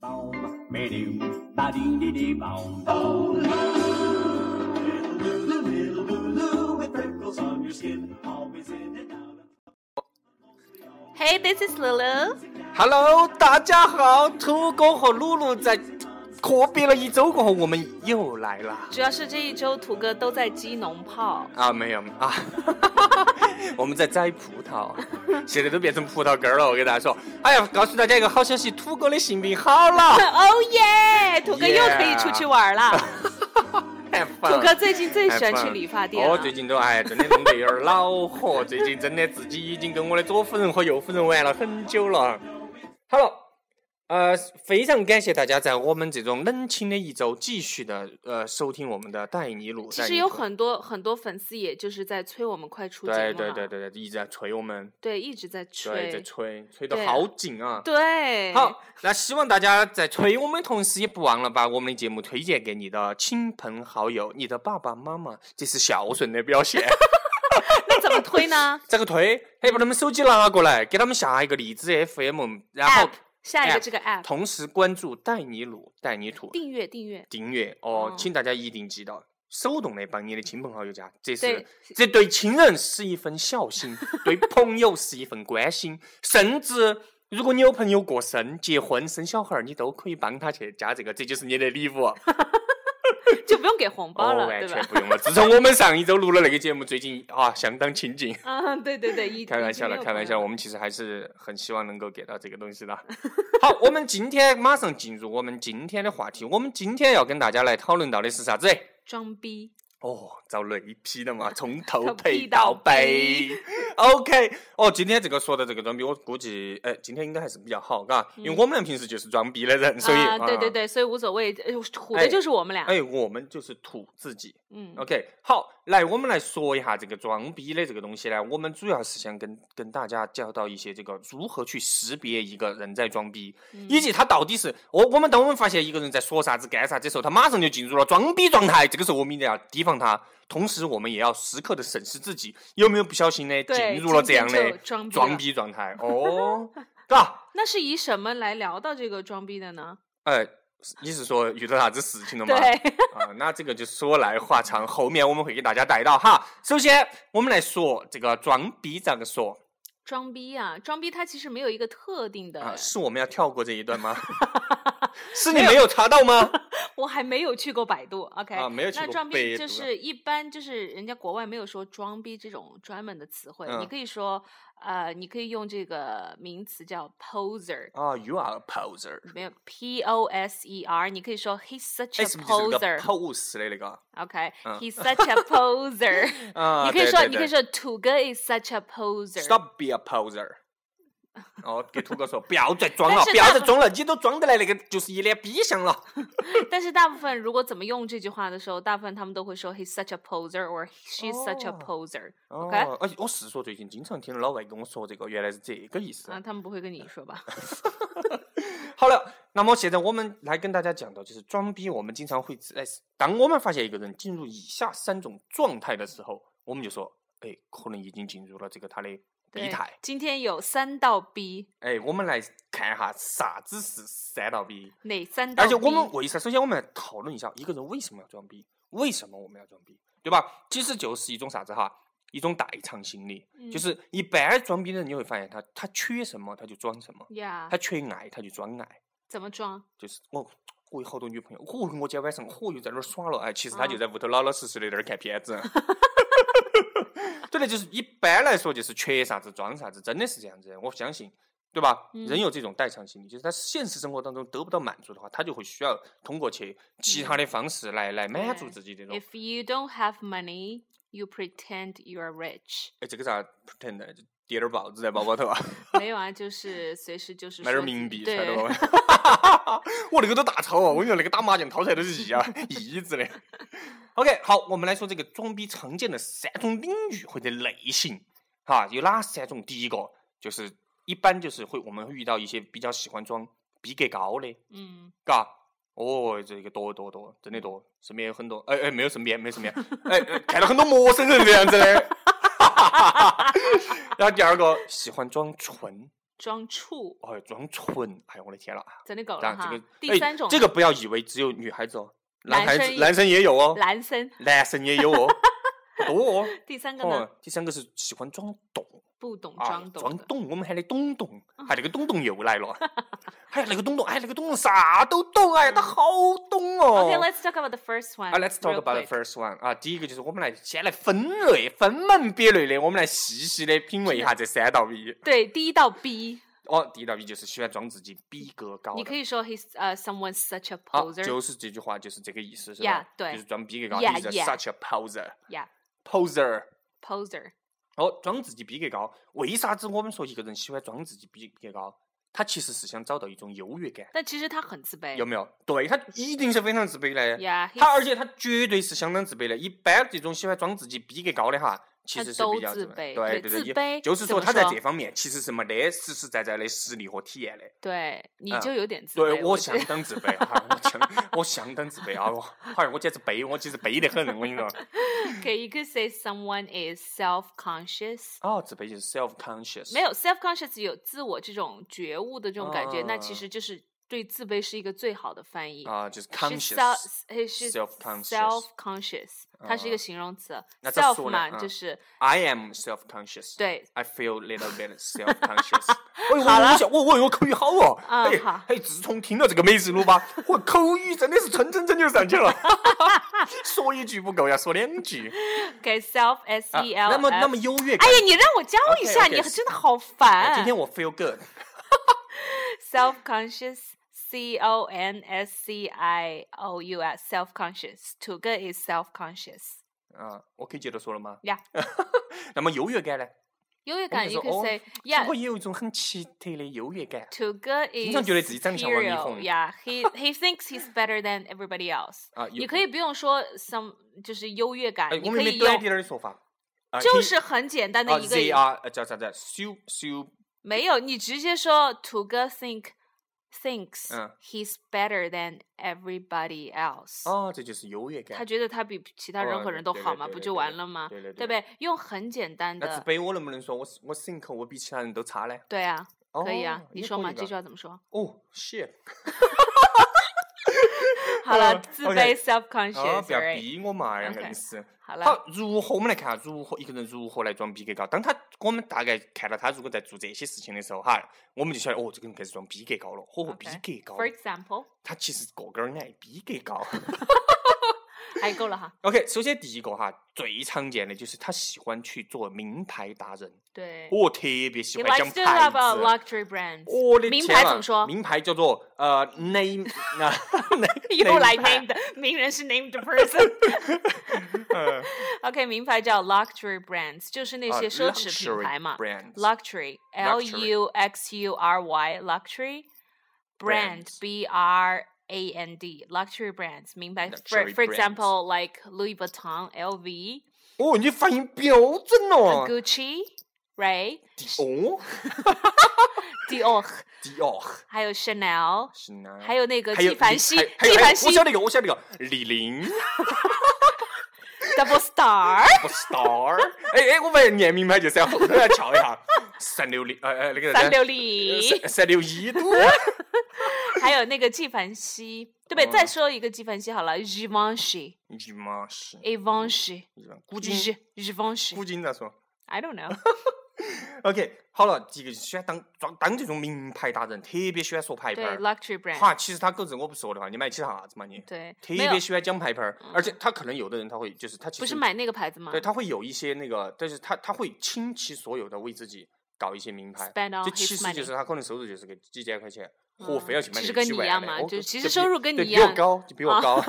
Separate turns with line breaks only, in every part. Boom, ba-doom, ba-dee-dee-dee, boom, boom. Little, little Lulu with freckles on your skin, always in and out of
Hey, this is Lulu。
Hello，大家好，土狗和露露在阔别了一周过后，我们又来了
主要是这一周土哥都在鸡农泡，
啊！没有啊， 我们在摘葡 萄，现在都变成葡萄干儿了。我跟大家说，哎呀，告诉大家一个好消息，土狗的性病好 了，
哦耶！土哥又
Yeah
可以出去玩 了。
太棒
土
哎了
哥最近最喜欢去理发店啊
我
了。
最近都哎，真的弄得有点恼火。最近真的自己已经跟我的左夫人和右夫人玩了很久了。好了，呃，非常感谢大家在我们这种冷清的一周继续的呃收听我们的带你录。
其
带
实
你
有
走
很多很多粉丝，也就是在催我们快出节目
对
了，
对对对对，一直在催我们，
对一直在
对，在
催，
催，催得
对啊
好紧啊。
对，
好，那希望大家在推我们的同时，也不忘了把我们的节目推荐给你的亲朋好友、你的爸爸妈妈，这是孝顺的表现。
那怎么推呢
这个推，哎，把他们手机拿过来，给他们下一个荔枝 FM，然后
？App 下一个
App
这个 App
同时关注带你卤带你土
订阅订阅，
订阅哦
哦，
请大家一定记到。手动的帮你的亲朋好友加，这是
对
这对亲人是一份 孝心，对朋友是一份关心，甚至如果你有朋友过生、结婚、生小孩儿，你都可以帮他去加这个，这就是你的礼物。
就不用给红包了，
哦，完
对
全
吧？
不用了。自从我们上一周录了那个节目，最近啊相当亲近。
啊，对对对，一
开玩笑
了，已经没
的，
有
开玩笑，
朋友
我们其实还是很希望能够给到这个 东西的。好，我们今天马上进入我们今天的话题。我们今天要跟大家来讨论到的是啥子？
装逼，
哦，遭雷劈的嘛，从头
从
劈
劈到
到背。OK，哦， 今天这个说到这个装逼，我估计，哎，今天应该还是比较好，嘎，因为我们俩平时就是装逼的人，所以，
嗯啊，对对
啊，
对，所以无所谓，呃虎
哎
的就是我们俩，
哎，我们就是土自己。
嗯，
OK，好，来，我们来说一下这个装逼的这个东西呢。我们主要是想跟跟大家教到一些这个如何去识别一个人在装逼，
嗯
以及他到底是我我们当我们发现一个人在说啥子干啥子的时候，他马上就进入了装逼状态，这个时候我们一定要提防他。同时，我们也要时刻的审视自己有没有不小心的
对
进入了这
今天
样的
就装逼
装
了
逼状态。哦， 嘎，
那是以什么来聊到这个装逼的呢？
哎，你是说遇到啥子事情了吗？
对，
啊，那这个就说来话长，后面我们会给大家带到哈。首先，我们来说这个装逼咋个说
装逼啊，装逼它其实没有一个特定的，
啊？是我们要跳过这一段 吗？是你没有查到吗？
我还没有去过百度，OK，、
啊没有去
那
过
装
百
逼就
度
是一般就是人家国外没有说装逼这种专门的词汇，你
嗯
可以说呃，你可以用这个名词叫 poser，
啊，You are a poser。
没有 P O S E R，你可以说 he's such
哎，
a
是不是就是那个
poser，OK，he's、
pose 的那个？ 嗯
such a poser，
啊，
你可以
对
说
对
你可以
对
说土哥 is such a poser，
Stop be a poser。哦，给土哥说，不要再装了
但，是
不要
那
再装了，你都装得来那个，就是一脸逼相了。
但是大部分如果怎么用这句话的时候，大部分他们都会说 he's such a poser or she's such a
哦
poser，、
哦
OK
哎，我是说最近经常听老外跟我说这个，原来是这个意思。
啊，他们不会跟你说吧？
好了，那么现在我们来跟大家讲到，就是装逼，我们经常会在当我们发现一个人进入以下三种状态的时候，我们就说，哎，可能已经进入了这个他的逼
对
态。
今天有三道逼，
哎，我们来看一下啥子是三道逼，
哪三道
而
逼？
且我们为啥？首先我们来讨论一下一个人为什么要装逼，为什么我们要装逼，对吧？其实就是一种啥子哈，一种代偿心理，
嗯
就是一般装逼的人你会发现他他缺什么他就装什么，
呀
他缺爱他就装爱。
怎么装？
就是我我有好多女朋友，我我今天晚上我又在那儿耍了，哎，其实他就
啊
在屋头老老实实的那儿看片子。 对的，就是一般来说就是缺啥子装啥子，真的是这样子，我相信，对吧？
嗯
人有这种代偿心理，就是他现实生活当中得不到满足的话，他就会需要通过去其他的方式来、来满足
对
自己这
嗯
种。
哎 If you don't have money, you pretend you are rich
哎，这个啥 pretend 的就叠点儿报纸在包包头啊，
没有啊，就是随时就是
买点儿
说自
冥
己
币揣
对
到包，包。我那个都大钞哦，我跟你说，那个打麻将掏出来都是亿啊， 亿子的。OK，好，我们来说这个装逼常见的三种领域或者类型，哈，有哪三种？第一个就是一般就是会我们会遇到一些比较喜欢装逼格高的，
嗯，
嘎，哦，这个多多多，真的多，身边有很多，哎哎，没有身边，没有身边，哎，哎看到很多陌 生人这样子的。然后第二个喜欢装纯，
装处，
哎，装纯，哎呀，我的天呐！
真的够了
但
嗯哈。
这个
第
哎
三种，
这个不要以为只有女孩子哦，男
男
孩
生
子
也
男生也有哦，
男生。
男生也有哦，不 多哦。
第三个呢，
哦，第三个是喜欢装懂
不懂
啊
装，懂
装
的。嗯
懂，我们喊的懂懂，哎，那个懂懂又 来了，哎呀，那个懂懂，哎，那个懂懂啥都懂，哎呀，
嗯
他好懂哦。
Okay, let's talk about the first one.
啊，Let's talk
real
about the
quick.
first one 啊，第一个就是我们来先来分类，分门别类的，我们来细细的品味一下这三道谜。
对，第一道 B，
哦，第一道谜就是喜欢装自己逼格高
你可
的。
以说 he's 呃、someone such a
好，
poser。
就是这句话，就是这个意思，是
Yeah，
吧？
对
就是装逼格高
Yeah，
，He's a
yeah
such a poser。
Yeah,
poser，
poser.
哦，装自己逼格高，为啥子我们说一个人喜欢装自己逼格高？他其实是想找到一种优越感，
但其实他很自卑。
有没有？对他一定是非常自卑的。
Yeah, he's-
他而且他绝对是相当自卑的。一般这种喜欢装自己逼格高的哈，其
他
实是
都
比较
自卑
卑，对
对
对
自
也
卑
就是
怎
说
么
他在
说
这方面其实是没得实实在在的实力和体验的。
对你
嗯
就有点自卑。
对我
觉
相
得
当自 卑哈，我相我相当自卑啊！我哎，我简直悲，我简直悲得很，我跟你说。
Okay, you could say someone is self-conscious.
哦，自卑就是 self conscious，
没有 self-conscious 有自我这种觉悟的这种感觉，那
啊
其实就是对自卑是一个最好的翻译。
啊，就是
She's
conscious。
self- eh, she's
self-conscious
self-conscious，它是一
啊
个形容词。
那再
self
说呢
嘛，
啊
就是、
I am self conscious。
对
I feel a little bit self conscious。哎呦，我
好了
我想，我我我口语好哦。
嗯
哎
好
哎，自从听了这个美食录吧，我口语真的是蹭蹭蹭就上去了。 说一句不够，要说两句。
给 self s
啊
e l。
那么那么。优越感
哎。呀，嗯你让我教一下
OK，OK，
你真的好烦。
哎今天我 feel good。
self-conscious C O N S C I O U S self-conscious. 土个 is self-conscious.
啊，我可以接着说了吗？
Yeah.
那么优越感呢？
优越
我跟
感
你
you
说
could
哦
say
中国
yeah.
也有一种很奇特的优越感。
土个 is
经常觉得自己长得像王力
hero.
宏
Yeah, he he thinks he's better than everybody else.
啊有
你可以不用说 some 就是优越感，
哎，
你
我
可
们没
以
端一
用
点儿的说法。啊
就是很简单
啊
的一个
，Z R 呃叫啥子？Su Su
没有，你直接说土个 think thinks
嗯
he's better than everybody else.
啊，这就是优越感
他。觉得他比其他任
哦
何人都
对对
好嘛，
对
不
对
就
对
完了吗？
对对
不对？用很简单
那自
的，
卑我能不能说我我 think 我比其他人都差呢？
对啊，
哦
可以啊，你
也
说
可
嘛，
以
这
吧
句话怎么 说？
哦，shit，
好了，
呃
自
，OK
卑 self
啊，
conscious，
不要
right？
逼我嘛，呀，
OK
硬是。
好了，
好，如何我们来看啊如何一个人如何来装逼格高？当他我们大概看到他如果在做这些事情的时候，哈，我们就晓得哦，这个人开始装逼格高了，嚯，逼
OK
格高了，
，for example，
他其实个个儿矮，逼格高。
哎，够了哈，
OK，首先第一个哈，最常见的就是他喜欢去做名牌达人，
对。
我特别
He
喜
likes
欢讲
to
牌
talk about
子。啊
luxury brands。
我的
名
天
牌
啊
怎么说？
名牌叫做呃 name 啊 name
又来
牌
named 名人是 named person。
呃
OK，名牌叫 luxury brands，就是那
啊
些奢侈品
luxury
牌嘛。
brands
Luxury，L U X U R Y，luxury brand
Brands.
B R A N D，luxury brands 名牌。For
Luxury
for
brands.
example, like Louis Vuitton, LV,
哦，你发音标准哦。
Gucci, right,
哦，
Dior，
迪奥
还有 Chanel，
是呢，
还有那个
还有
纪凡
李
希，
还还有
纪
哎
凡希
我晓得一个，我晓得一个李宁
Double Star，
不 star，哎哎，我发现念名牌就是 要后头要翘一下，三六零呃呃那个
三六
呃
零，
三三六一度，啊
还有那个纪凡希，对不对？
嗯
再说一个纪凡希好了，Givenchy。
你哎妈是，
Givenchy，
古今
Giv-
古
Givenchy，
今咋说
I don't know。
？OK，好了，第一个就是喜欢当装当这种名牌达人，特别喜欢说牌牌
对
儿。
，luxury brand，
哈，其实他狗子我不说的话，你买起啥子嘛你？
对，
特
没有嗯
别，喜欢讲牌牌儿，而且他可能有的人他会就是他其实
不是买那个牌子吗
对，他会有一些那个，但是他他会倾其所有的为自己搞一些名牌
Spend all
这其
his
实就是他可能收入就是个几千块钱，货
嗯
非要去买
其
那
实
个
跟
几
你一
万
样
的
嘛
哦
就
可
其实
就比
收入跟
对
你一
比我
样
高，就比我
啊
高，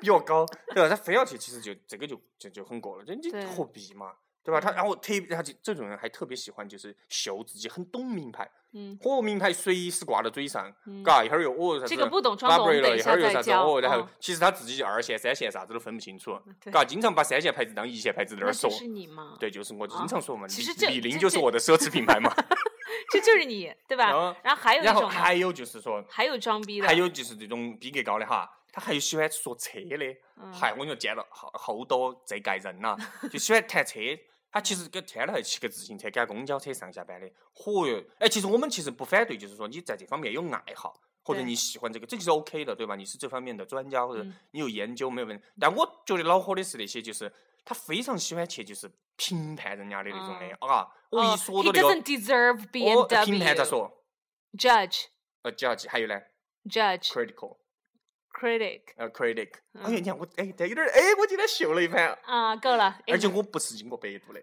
比我高，对啊吧？他非要去，其实就这个就就就很过了，就你
对
货比嘛。对吧？他然后特别，他就这种人还特别喜欢，就是秀自己很懂名牌，
嗯，
嚯，名牌随时挂到嘴上，
嗯
嘎、一会儿又哦啥子，
这个不懂装懂
Burberry 了
等一
一
下
会儿又
再
啥子
教
哦，然后
嗯
其实他自己就二线、三线啥子都分不清楚，
对
嘎，经常把三线牌子当一线牌子在那
那
儿说
就。是你嘛，
对，就是我
啊
经常说嘛，
其实这
李李宁
这
就是
这
我的奢侈品牌嘛。
这就是你，对
然
吧
后？
然后还有一
然后
种呢，
还有就是说，
还有装逼的，
还有就是这种逼格高的哈，他还有喜欢说车的，
嗯
还我跟你说见了好好多这一代人呐、就喜欢谈车。他其
嗯
实跟天天还骑个自行车，赶公交车上下班的。嚯哟，哎，其实我们其实不反对，就是说你在这方面有爱好，或者
对
你喜欢这个，这个是 OK 的，对吧？你是这方面的专家，或者
嗯
你有研究没有问题。但我觉得恼火的是那些，就是他非常喜欢去就是评判人家的
嗯
那种的、
哦
啊。我一说
he
到那个，
doesn't deserve
我评判咋
BMW
说？
judge
呃，judge，还有呢
judge
，critical，
critic
呃，critic。哎呀，
嗯
你看我，哎，这有点儿，哎，我今天秀了一番，
啊，够了，哎
而且我不是经过百 度的。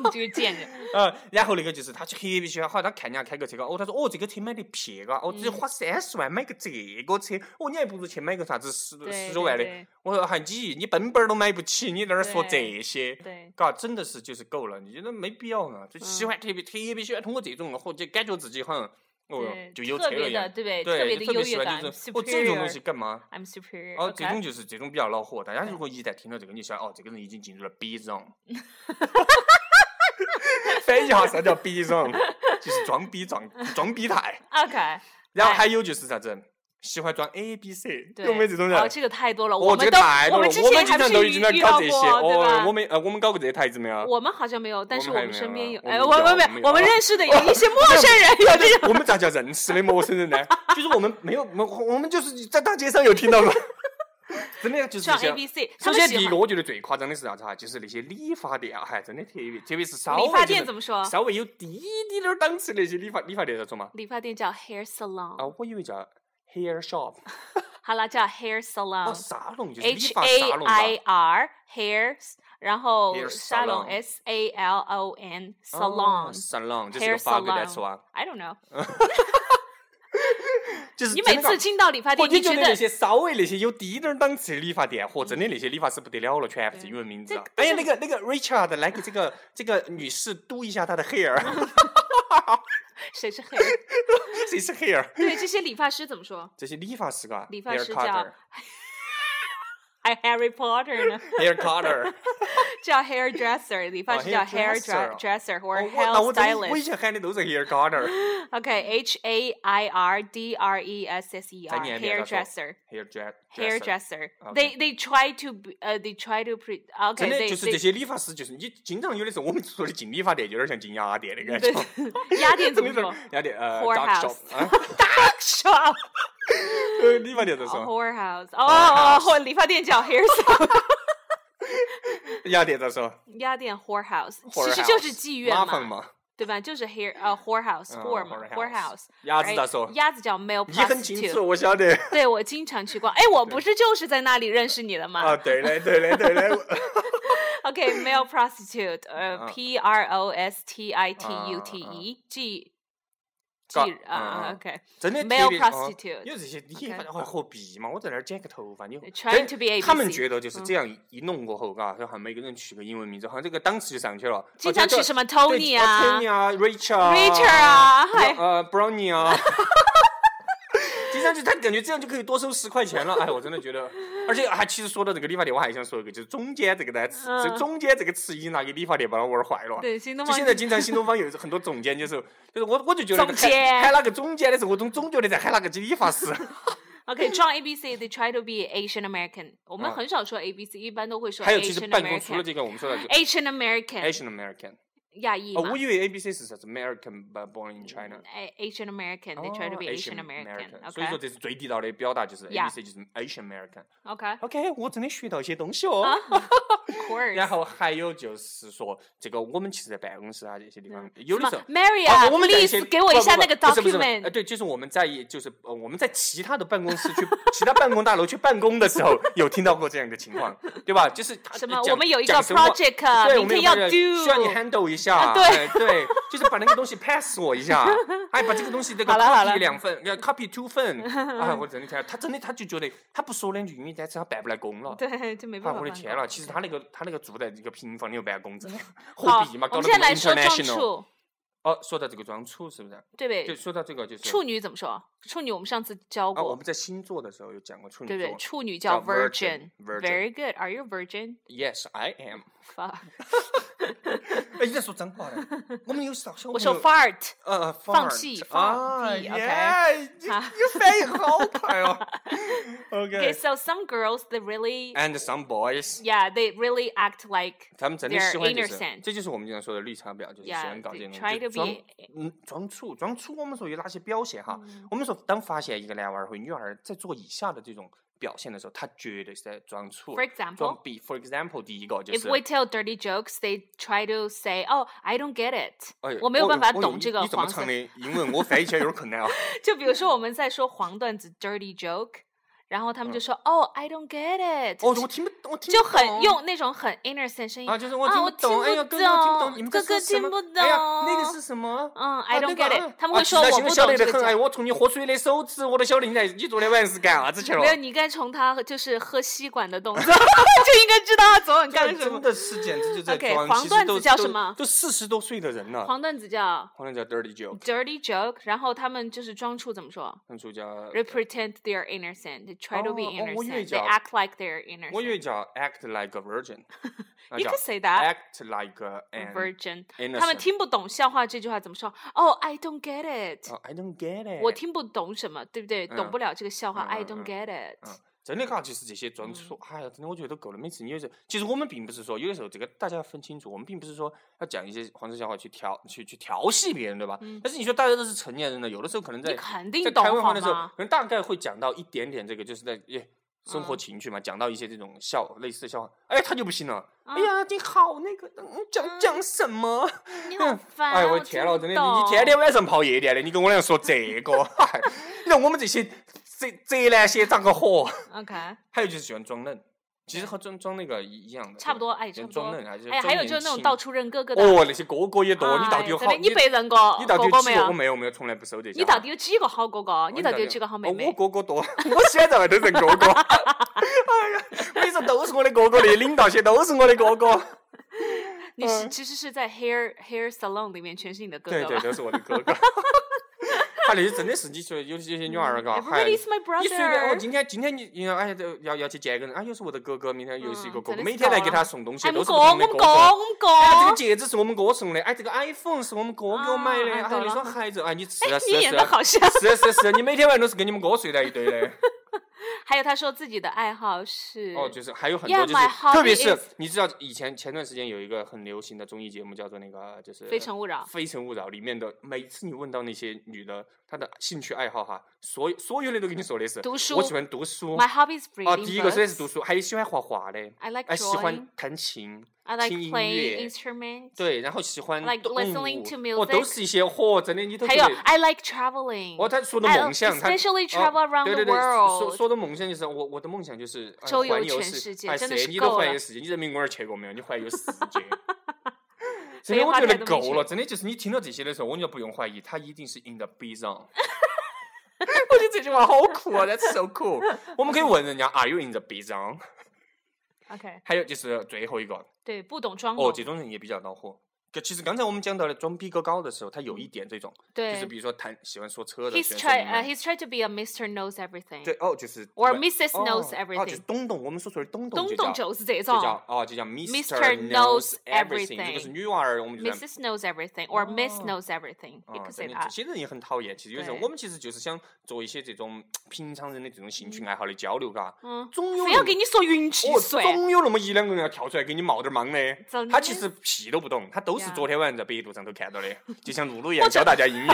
你这个贱人，
呃，然后那个就是他特别喜欢，好，像他看人家开个车个，哦，他说哦，这个车买的撇个，哦，只
嗯
花三十万买个这个车，哦，你还不如去买个啥子十
对
十多万的。
对
我说还你你奔奔儿都买不起，你在那儿说这些，
对，
嘎，真的是就是够了，你觉得没必要啊？就喜
嗯
欢特别特别喜欢通过这种，或者感觉自己好像哦
对
就有车
特
了
别
一
的
样，
对不对？特
对，
别的
就特
优
别喜
越
欢
感
就是哦这种东西
，superior。
干嘛？
I'm superior。
哦，这
OK
种就是这种比较恼火。大家如果一旦听到这个，你就想哦，这个人已经进入了 B zone。翻译一下啥叫 B zone，就是装逼装装逼态。
OK，
然后还有就是啥子，喜欢装 A B C，
哎对，
有没有这种人
哦，？这个太多了，
哦，这
们
个
都
太多了，
们之
我
前
们
还不
经常
是
都已经在
遇
搞
到
这些。
过对
哦
吧，
我？们呃，我们搞过这些台子没有？
我们好像没有，但
我
是
们还
们
没
身
有
边
啊
有，
我
哎，
们
我们
有我
没
们
有，
有
我们认识的有一些陌生 人有这种，
我们咋叫认识的陌生人呢？就是我们没有，我我们就是在大街上有听到过。 真的就是
像
像
A B C，他
首
们
先，
喜
第一
欢
个我觉得最夸张的是啥子哈？就是那些理发店啊，还真的特别，特别是稍微
理发
就是
店怎么说？
稍微有滴滴点儿档次的那些理发理发店叫做嘛？
理发店叫 hair salon，
啊，我以为叫 hair shop，
好了，叫 hair
哦，
salon。
沙龙就是
啊
理
H
发
A
沙龙吧？
I R hairs，然后
Hair
salon
salon
S A L O N
哦
salon。
salon 这是
hair
个法国单词啊吧？
I don't know。
就是
你
嗯真
每
的
次
搞。
进到理发
或
店，
你
你
觉
觉
得
得嗯
那些稍微那些有低点儿档次的理发店，嚯，真的那些理发师不得了了，全部是
对
英文名字
这
啊。
但
哎呀，那
是
个那个 Richard 来给这个这个女士嘟一下她的 hair，
谁是黑？
谁是 hair？
对，这些理发师怎么说？
这些理发师嘎，
理发
hair
师
cutter
叫还 Harry Potter 呢？
hair cutter。
叫 hairdresser，理发
哦
师叫
hairdresser Oh, 啊
hairdresser 或
哦
者
我那
hair
我真的我以
stylist。
前喊的都是 hair cutter，hair
OK，H A I R D R E S S E
再
R
念一遍再
hairdresser。
dress dresser。
Hairdresser,
Okay.
they they try to be, uh they try to pre okay
真的
they
就是这
they
些理发师，就是你经常有的时候，我们说的进理发店，有点像进牙店的感觉。
对雅典怎么 说
牙店呃
Whorehouse
，dark shop 啊，
？Shop
呃理发店在说，
whorehouse Oh, 哦哦
Whorehouse
或理发店叫 hair salon，
牙店在说，
雅典 whorehouse 其
whorehouse
实就是妓院
麻烦
嘛，
嘛。
对吧？就是 hair 呃 whorehouse
嗯
whore 嘛
whorehouse
whorehouse
鸭子
right？
在说，
鸭子叫 male
你很清
prostitute，
楚，我晓得。
对我经常去逛，哎，我不是就是在那里认识你的
啊，
吗
对嘞，对嘞，对嘞。
？OK，male prostitute，呃
啊
，P R O S T I T U T
啊啊啊
E G。G
嘎
啊啊
嗯嗯
，OK，
真的特
Male
别
prostitute
哦因为这些理发店会何必嘛？我在那儿剪个头发，你
Trying to be
真他们
ABC 嗯
觉得就是这样一弄过后，嘎，然后好像每个人取个英文名字，好像这个档次就上去了。哦
经常取什么 Tony 啊
啊，Tony 啊，Richard 啊
Richard 啊还
呃，Brownie 啊。 经常就他感觉这样就可以多收十块钱了，哎，我真的觉得，而且还其实说到这个理发店，我还想说一个，就是中间这个单词，
嗯
这中间这个词已经拿给理发店把它玩坏了。
对，新东
就
方
现在经常新东方有很多总监，就是就是我我就觉得
总
喊
监
喊那个总监的时候，我总总觉得在喊那个理发师。
Okay, John A B C they try to be Asian American. 我们
啊
很少说 A B C，一般都会说
还有其实
Asian
办公除了
American。
这个，我们说的就
Asian American，
Asian American。
亚裔
哦
嘛，
我。以为 A B C 是啥子 American but born in China。
哎，Asian American，they try to
哦
be Asian
American，
American。
所以说
OK，
这是最地道的表达，就是 A
Yeah
B C 就是 Asian American。
OK，of
OK，我真的学到一些东 西哦。
course。
然后还有就是说，这个我们其实，在办公室啊这些地
嗯
方，有的时候。
Mary
啊，
啊
我们在一些
，please 给我一下那个
不不不是不是不是呃
document。
对，就是我们在一就是呃我们在其他的办公室去其他办公大楼去办公的时候，有听到过这样的情况，对吧？就是他
什么？
讲
我们有一个
讲什么
project，啊
对，我
明
们
天
有
要
project，需要你
do。啊
handle 一下，
对
哎对，就是把那个东西 pass 我一下，哎，把这个东西这个
好了好了
copy 两份呃，copy two 份，哎，我真的天啊，他真的他就觉得他不说两句英语单词，他办不来工了。
对，就没
啊
办！法。
我的天呐，其实他那个他那个住在这个平房里头办公， 真的何
嗯好
必嘛？，
我
搞
们
得
现
这
在来说
么
壮
international。
处，
哦，说到这个装处是不是？
对不
就
对？
说到这个，就是
处女怎么说？处女我们上次教
啊，我
过
们，在星座的时候有讲过处女
对不对？
座。
处女叫
叫 virgin，virgin
Very good. Are you virgin?
Yes, I am。
Fuck.
哎，你在说真话 呢？我们有少小
我
朋
说
友
fart.
呃，
放
fart
弃
啊
放屁，OK
，yeah，你
啊
你反应好快 哦。
Okay,
OK。
so some girls they really,
And some boys，
yeah, they really act like
他们真的
They're
喜欢就是
innocent
这就是我们经常说的绿茶婊，就是喜
yeah,
欢搞这
they
种
try
就
to
装
be
嗯，装醋，装醋。我们说有哪些表现哈？
嗯
我们说，当发现一个男娃儿或女娃儿在做以下的这种表现的时候，他绝对是在装醋
For example？
装逼。For example，第一个就
If
是，
we tell dirty jokes, they try to say, "Oh, I don't get it."
哎呦
我没有办法
我
懂这个
Oh, 你怎么
黄
唱
色
的。英文？我翻译起来有点困 难啊。
就比如说我们在说黄段子 dirty joke，然后他们就说、哦 I don't get it，、
嗯哦，我听不懂，我听
就
不懂
很用那种很 innocent 声音
啊，就是我
啊
听
我
不懂，哎呀，
听不
哥哥我听不懂，
懂
你们在
哥哥
说什
听
么
不
哎呀，那个
懂
是什么？
嗯
啊
I
对
don't
吧
get
啊
it，他们
啊
会说
现
我
在现在
不
晓
懂
得
这
得
个
很哎，
梗。
我从你喝水的手指我都晓得你在，你昨天晚上是干啊啥子去了？
没有，你应该从他就是喝吸管的动 作，就应该知道他昨晚干
这
了什
真
么。
的是简直就在
OK，
装。
黄
其实
段子
都
叫
都
什么
都四十多岁的人了，
黄段子叫
黄段子叫 dirty joke，
dirty joke，然后他们就是装出怎么说？
他们说叫
They pretend they are innocent. They try to be
哦哦我
innocent.
以为
they
叫
act like they are innocent.
我以为叫 act like a virgin，那
you
叫
can say that.
act like a an
啊 Virgin，
innocent。
他们听不懂笑话这句话怎么说？Oh, I don't get it.
哦，I don't get it，
我听不懂什么，对不对？懂
嗯
不了这个笑话。
嗯
I
嗯
don't
嗯
get it.
嗯，真的嘎，就是这些装出，
嗯
哎呀，真的我觉得都够了。每次你有时候，其实我们并不是说，有的时候这个大家要分清楚，我们并不是说要讲一些黄色笑话去调去去调戏别人，对吧？但是你说大家都是成年人了，有的时候可能在
嗯你肯
在
定
开
懂
外话
好
的时候，
吗
可？能大概会讲到一点点这个，就是在耶生活
嗯
情趣嘛，讲到一些这种笑类似的笑话，哎，他就不行了。哎
嗯
呀，你好那个，嗯讲
嗯
讲什么？
你好烦啊！
哎，我
我
的天
听
了，
不
真的，
懂
你你天天晚上泡夜店的，你跟我俩说这个， 嗨你让我们这些这这那些咋个活？
OK，
还有就是喜欢装嫩，其实和装装那个一样的，
差不多，哎，差
就
不
装
多
嫩还是。
哎，
装
还有
年
就是那种
轻
到处认哥哥的。
哦，那些哥哥也多，你到
哎
底有
真
好？
的你被认过
你到底
哥哥
有
没
几个？我
有？
没有，没有，从来不收这些。
你到底有几个好哥哥？
哦？
你到底有几个好妹
哦我
妹？
哥哥多， 我喜欢在外头认哥哥。哎呀，我跟你说，都是我的哥哥的，领导些都是我的哥哥。
你是其实是在 hair hair salon 里面全是你的哥
对
哥
对，
吧
都是我的哥哥。 他那些真的是，你说有有些女娃儿嘎，嗨，
？Everybody is my
你随便，我
brother。
哦今天今天你你要哎都要要去见一个人，啊，又是我的哥哥，明天又是一个
嗯
哥
真
哥，
的
每
是
天来
狗
给
啊
他送东西
哎，我
都
们
是
哥，
不
我
同的
们
哥
哥，
哥。
我们
哎，这个
哥。
戒指是我们哥送的，哎，这个 iPhone 是我们哥给我买的，
啊
哎，你
懂
说
了
孩子，哎，你吃啊
哎，
吃
你
啊
演
吃
的
啊，
好像。
是啊是啊是啊，你每天晚上都是跟你们哥睡在一堆 的。
还有他说自己的爱好是
哦，就是还有很
嗯
多
Yeah,
就是
my，hobby
特别是
is-
你知道以前前段时间有一个很流行的综艺节目叫做那个就是
《非诚勿扰》
非诚勿扰》里面的，每次你问到那些女的她的兴趣爱好哈，所有所有的都跟你说的是
读书
我喜欢读书。
My hobby is
啊，
reading
第一个虽然是读
books.
书，还有喜欢画画的，
I like
哎，喜欢
drawing.
弹琴，
I like
听音
playing
乐，
instruments.
对，然后喜欢
Like
动
listening
物
to
哦，都
music
是一些嚯，真的你都
还
觉
有
得
I like traveling.
哦，他说的
I
梦想，他
especially
哦
travel around
对
the
对对，说
world
说的梦想就是我我的梦想就是、哎
周游
环游
全世界
哎，
真的
谁
是
你都
够
环游
了
世界，你在美国那儿去过没有？你环游世界。
所
真
以
的，我
话题
觉得
还都没
够
去
了。真的，就是你听到这些的时候，我就不用怀疑，他一定是 in the b zone。我 觉得这句话好酷啊，That's so cool。我们可以问人家，Are you in the b zone？
OK，
还有就是最后一个，
对，不懂装
哦，
懂
这。种人也比较恼火。就其实刚才我们讲到的装逼格高的时候，他有一点这种，就是
嗯对
比如说谈喜欢说车的，
，He's
喜
try 呃、
欢
h
说
e
你
s tried to be a Mr. Knows
对
everything
哦，就是我
or Mrs.
oh,
knows
哦，就是
everything。
东东，我们所说的东东
东
就
东
叫
就是这
就叫
种
哦，就叫
Mr.
knows
knows
everything，这
everything
个是女娃儿，我们就在。
，Mrs. knows everything or Miss
哦
knows everything。
啊、
You could say
真的，这
that。
些人也很讨厌。其实有时候
对
我们其实就是想做一些这种平常人的这种兴趣爱好的交流，嘎。
嗯，
总有
非
那
要
么
给你说运气
哦，
水。
总有那么一两个人要跳出来给你冒点儿
真
懵的。
的
他其实屁都不懂，他都是
呀
昨天晚上在百度上头看 到的，就像露露一样教大家英语。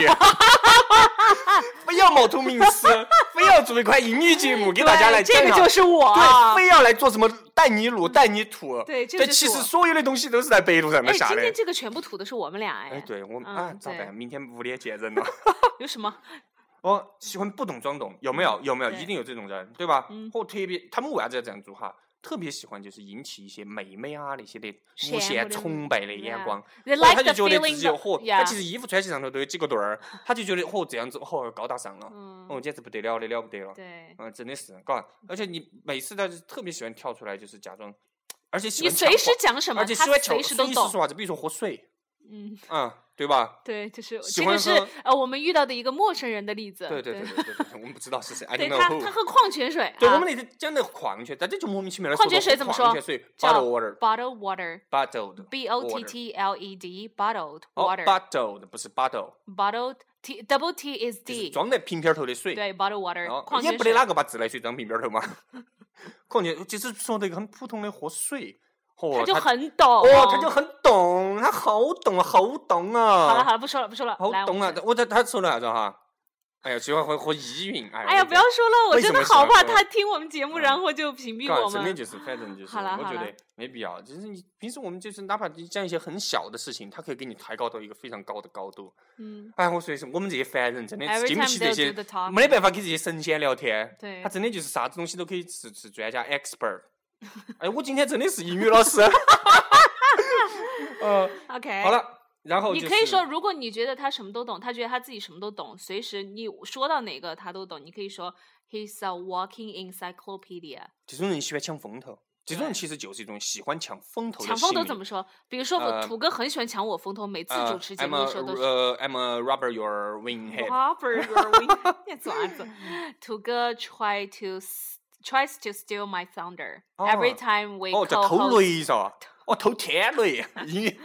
非要冒充名 师，非要做一款英语节目给
对，
大家来讲
这
一
个
下
就是我。
对，非要来做什么带你卤、带你土。
对这
这
就是
其实
我
所有的东西都是在百度上面
哎，
下
今
的
天。这个全部吐的是我们俩
哎，
哎，
对我们
嗯
啊，咋
对
办？明天五点见人了。
有什么？
我哦喜欢不懂装懂，有没有？有没有？
嗯对
一定有这种人，对吧
嗯？
或特别，他们为啥子要这样做哈？特别喜欢就是引起一些妹妹啊那些的啊
羡
无
慕
限
的
崇拜的眼光，
They
哦他
like
就
the
觉得自
feeling
己嚯，
that-
他其
yeah，
实衣服穿起上头都有几个 对儿，他就觉得嚯这样子嚯高大上了，
嗯，
哦简直不得了的了不得了。
对，
嗯，真的是，嘎，而且你每次他就特别喜欢跳出来，就是假装，而且喜
你
欢
随
抢
时
话
讲什么，
而且喜
他
欢抢
随时都
随时
懂。
说啥子，比如说喝水，
嗯，
啊，对吧？
对，就是
喜
这个
欢
是
喝
呃我们遇到的一个陌生人的例子。
对对对对对对，我们不知道是谁 ，I
对
don't
他他
know who。
喝矿泉水啊，
对，我们那天讲的矿泉，大家就莫名其妙的
矿泉水怎么说
矿泉水
叫
bottled water
bottled water。
bottled
B O T T L E D bottled
哦
water、
bottled 不是 bottle，
bottled T double T is
就是
D
装在瓶瓶儿头的水。
对 bottled water、
然后
矿
也
泉
不得
水
哪个把自来水当瓶瓶儿头嘛。 矿泉其实说的一个很普通的喝水，哦，
他就
他
很懂
哦，他就很懂，他好懂啊，好懂啊，
好了好了不说了不说了
好
来我
懂
们
啊。我他他说了啥子哈？哎呀，喜欢喝喝依云，哎呀，
哎呀不要说了我
为
真
什
的
么喜
好
欢
怕
喝
他听我们节目
嗯
然后就屏蔽
干
我
真的
们
就是，反正就是，
好啦
我
好
觉
啦
得没必要。就是你平时我们就是哪怕你讲一些很小的事情，它可以给你抬高到一个非常高的高度。
嗯
哎，我说一声，我们这些凡人真的
Every
经不起
time
这
they'll
些
do the talking，
没得办法跟这些神仙聊天。
对
他真的就是啥子东西都可以是是专家 expert。哎，我今天真的是英语老师。 呃，
OK
好。了，然后、就
你
是、
可以说，如果你觉得他什么都懂，他觉得他自己什么都懂，随时你说到哪个他都懂，你可以说 He's a walking encyclopedia。
这种人喜欢抢风头，这种人
对
其实就是一种喜欢抢风头的
抢风头
心
怎
理
么说？比如说我
呃
土哥很喜欢抢我风头，每次主
呃
持节
I'm
目的时候
a
都是。
呃、I'm a rubber your wing head。
Robert Irwin，你 爪子。啊土哥 try to s- tries to steal my thunder every
哦
time we
哦，叫偷
co-host。
雷噻，哦，偷天 雷，英语。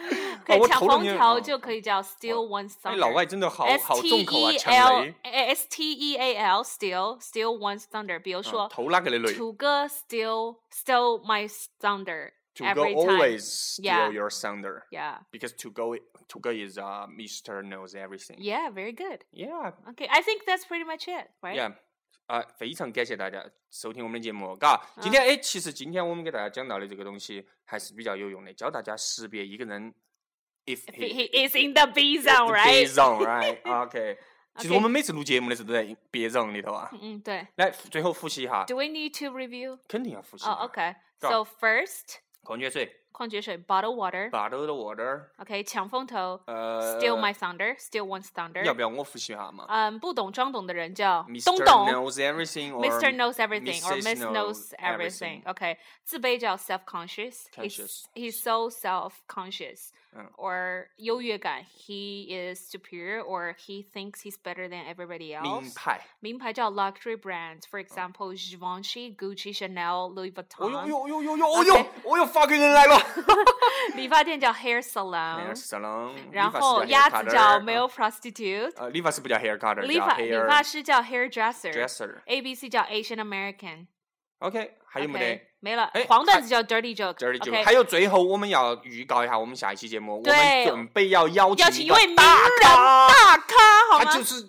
可
哦
以
我
抢
偷了
封
你
条
哦
就可以叫 steal one's
哎，
thunder。
老外真的好
S
好
T
重口啊，
E
抢
L
雷，
S T E A L steal steal one's thunder。比如
嗯
说，
偷哪个的雷？
土哥 steal steal my thunder
To go
every
always
time。Yeah.
steal your thunder
Yeah,
because to go to go is uh Mister knows everything.
yeah, very good.
Yeah,
Okay, I think that's pretty much it, right?
yeah. 啊，非常感谢大家收听我们的节目，嘎。今
嗯
天哎，其实今天我们给大家讲到的这个东西还是比较有用的，教大家识别一个人 if
If he is in the B zone,
b
right?
zone right OK。其实
OK
我们每次录节目的时候都在 B zone 里头啊。
嗯，对。
来，最后复习一下，
Do we need to review?
肯定要复习的。
Oh, okay. So
Go.
first,
矿泉水
矿泉水 bottled water.
，bottle the water，
Okay, 抢风头
呃
steal my thunder, steal one's thunder.
要不要我复习一下嘛？
嗯，不懂装懂的人叫
Mr.
懂懂。
knows everything or
Mr. knows everything or
Mrs.
Miss knows everything. Okay. 自卑叫 self conscious. He's
Conscious.
he's so self conscious.
嗯。
Or 优越感 he is superior or he thinks he's better than everybody
名
else.
牌，
名牌叫 luxury brands. For example, Givenchy, Gucci, Chanel, Louis
哦
Vuitton.
呦呦呦呦呦，哦
啊 OK
呦，哦呦，法国人来了。
理发店叫 hair
哎呀
salon，
salon，
啊然
理发师
后
叫
鸭
haircutter，
子叫
嗯
male prostitute，
呃，理发师不叫 haircutter，
理
叫
发理发
hair
师叫 hairdresser。
dresser。
A B C 叫 Asian American，
OK，还有没
OK，
得？
没了
哎。
黄段
还
子叫 Dirty Joke，
这里就
OK
还有最后我们要预告一下我们下一期节目，我
对
们准备要邀
邀
请
请
一
一位
位
名人
大咖。
大咖，好
他就
吗
是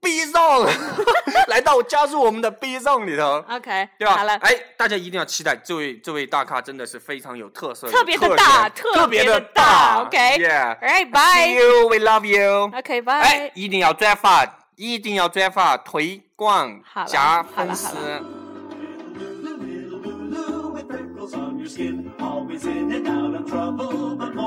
B Zone 来到加入我们的 B Zone 里头，
？OK，
对吧？
好了，
哎，大家一定要期待这位这位大咖，真的是非常有特色，
特别的
有
大
特
特
别
别的
的
大
大。
，OK
Yeah，See
，Alright bye。
you, we love you。
OK
哎
bye，。
一定要转发，一定要转发，推广
好了好
加
了
粉
好
丝。